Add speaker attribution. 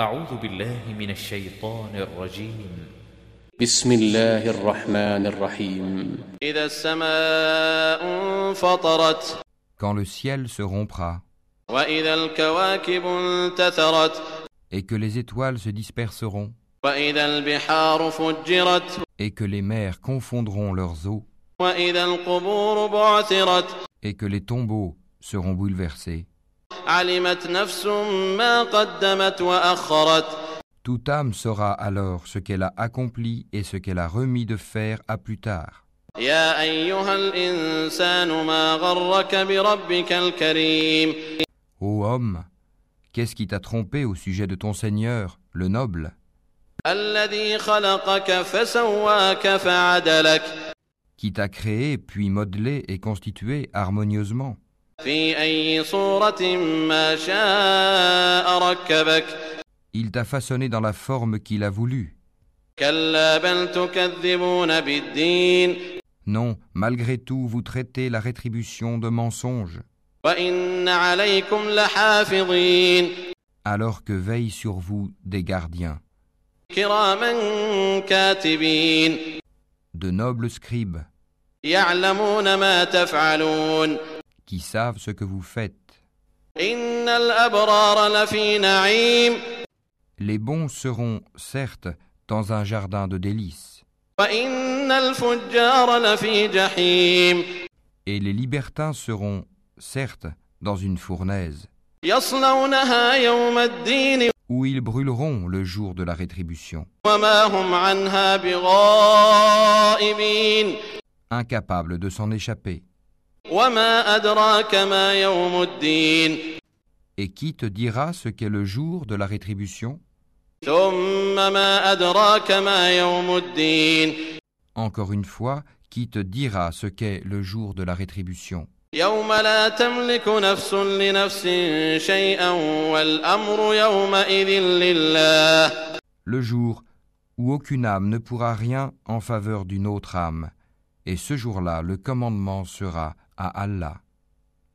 Speaker 1: أعوذ بالله من الشيطان الرجيم
Speaker 2: بسم الله الرحمن الرحيم
Speaker 3: إذا السماء انفطرت
Speaker 4: quand le ciel se rompra
Speaker 3: وإذا الكواكب انتثرت
Speaker 4: et que les étoiles se disperseront
Speaker 3: وإذا البحار فجرت
Speaker 4: et que les mers confondront leurs eaux
Speaker 3: وإذا القبور بعثرت
Speaker 4: et que les tombeaux seront bouleversés.
Speaker 3: علمت نفس ما قدمت وأخرت
Speaker 4: Toute âme saura alors ce qu'elle a accompli et ce qu'elle a remis de faire à plus tard.
Speaker 3: يا أيها الإنسان ما غرك بربك الكريم
Speaker 4: Ô homme, qu'est-ce qui t'a trompé au sujet de ton Seigneur, le noble,
Speaker 3: الذي خلقك فسواك فعدلك
Speaker 4: qui t'a créé puis modelé et constitué harmonieusement
Speaker 3: في أي صورة ما شاء ركبك
Speaker 4: Il t'a façonné dans la forme qu'il a voulu.
Speaker 3: كلا بل تكذبون بالدين
Speaker 4: Non, malgré tout, vous traitez la rétribution de mensonge,
Speaker 3: وإن عليكم لحافظين
Speaker 4: alors que veillent sur vous des gardiens,
Speaker 3: كراما كاتبين
Speaker 4: de nobles scribes,
Speaker 3: يعلمون ما تفعلون
Speaker 4: qui savent ce que vous faites.
Speaker 3: إن الأبرار لفي نعيم
Speaker 4: Les bons seront, certes, dans un jardin de délices,
Speaker 3: وإن الفجار لفي جحيم
Speaker 4: et les libertins seront, certes, dans une fournaise,
Speaker 3: يصلونها يوم الدين
Speaker 4: où ils brûleront le jour de la rétribution,
Speaker 3: وما هم عنها بغائبين
Speaker 4: incapables de s'en échapper.
Speaker 3: وما أدراك ما يوم الدين
Speaker 4: Et qui te dira ce qu'est le jour de la rétribution
Speaker 3: ثم ما أدراك ما يوم الدين
Speaker 4: Encore une fois, qui te dira ce qu'est le jour de la rétribution
Speaker 3: يوم لا تملك نفس لنفس شيئا والأمر يومئذ لله
Speaker 4: Le jour où aucune âme ne pourra rien en faveur d'une autre âme. Et ce jour-là, le commandement sera à Allah.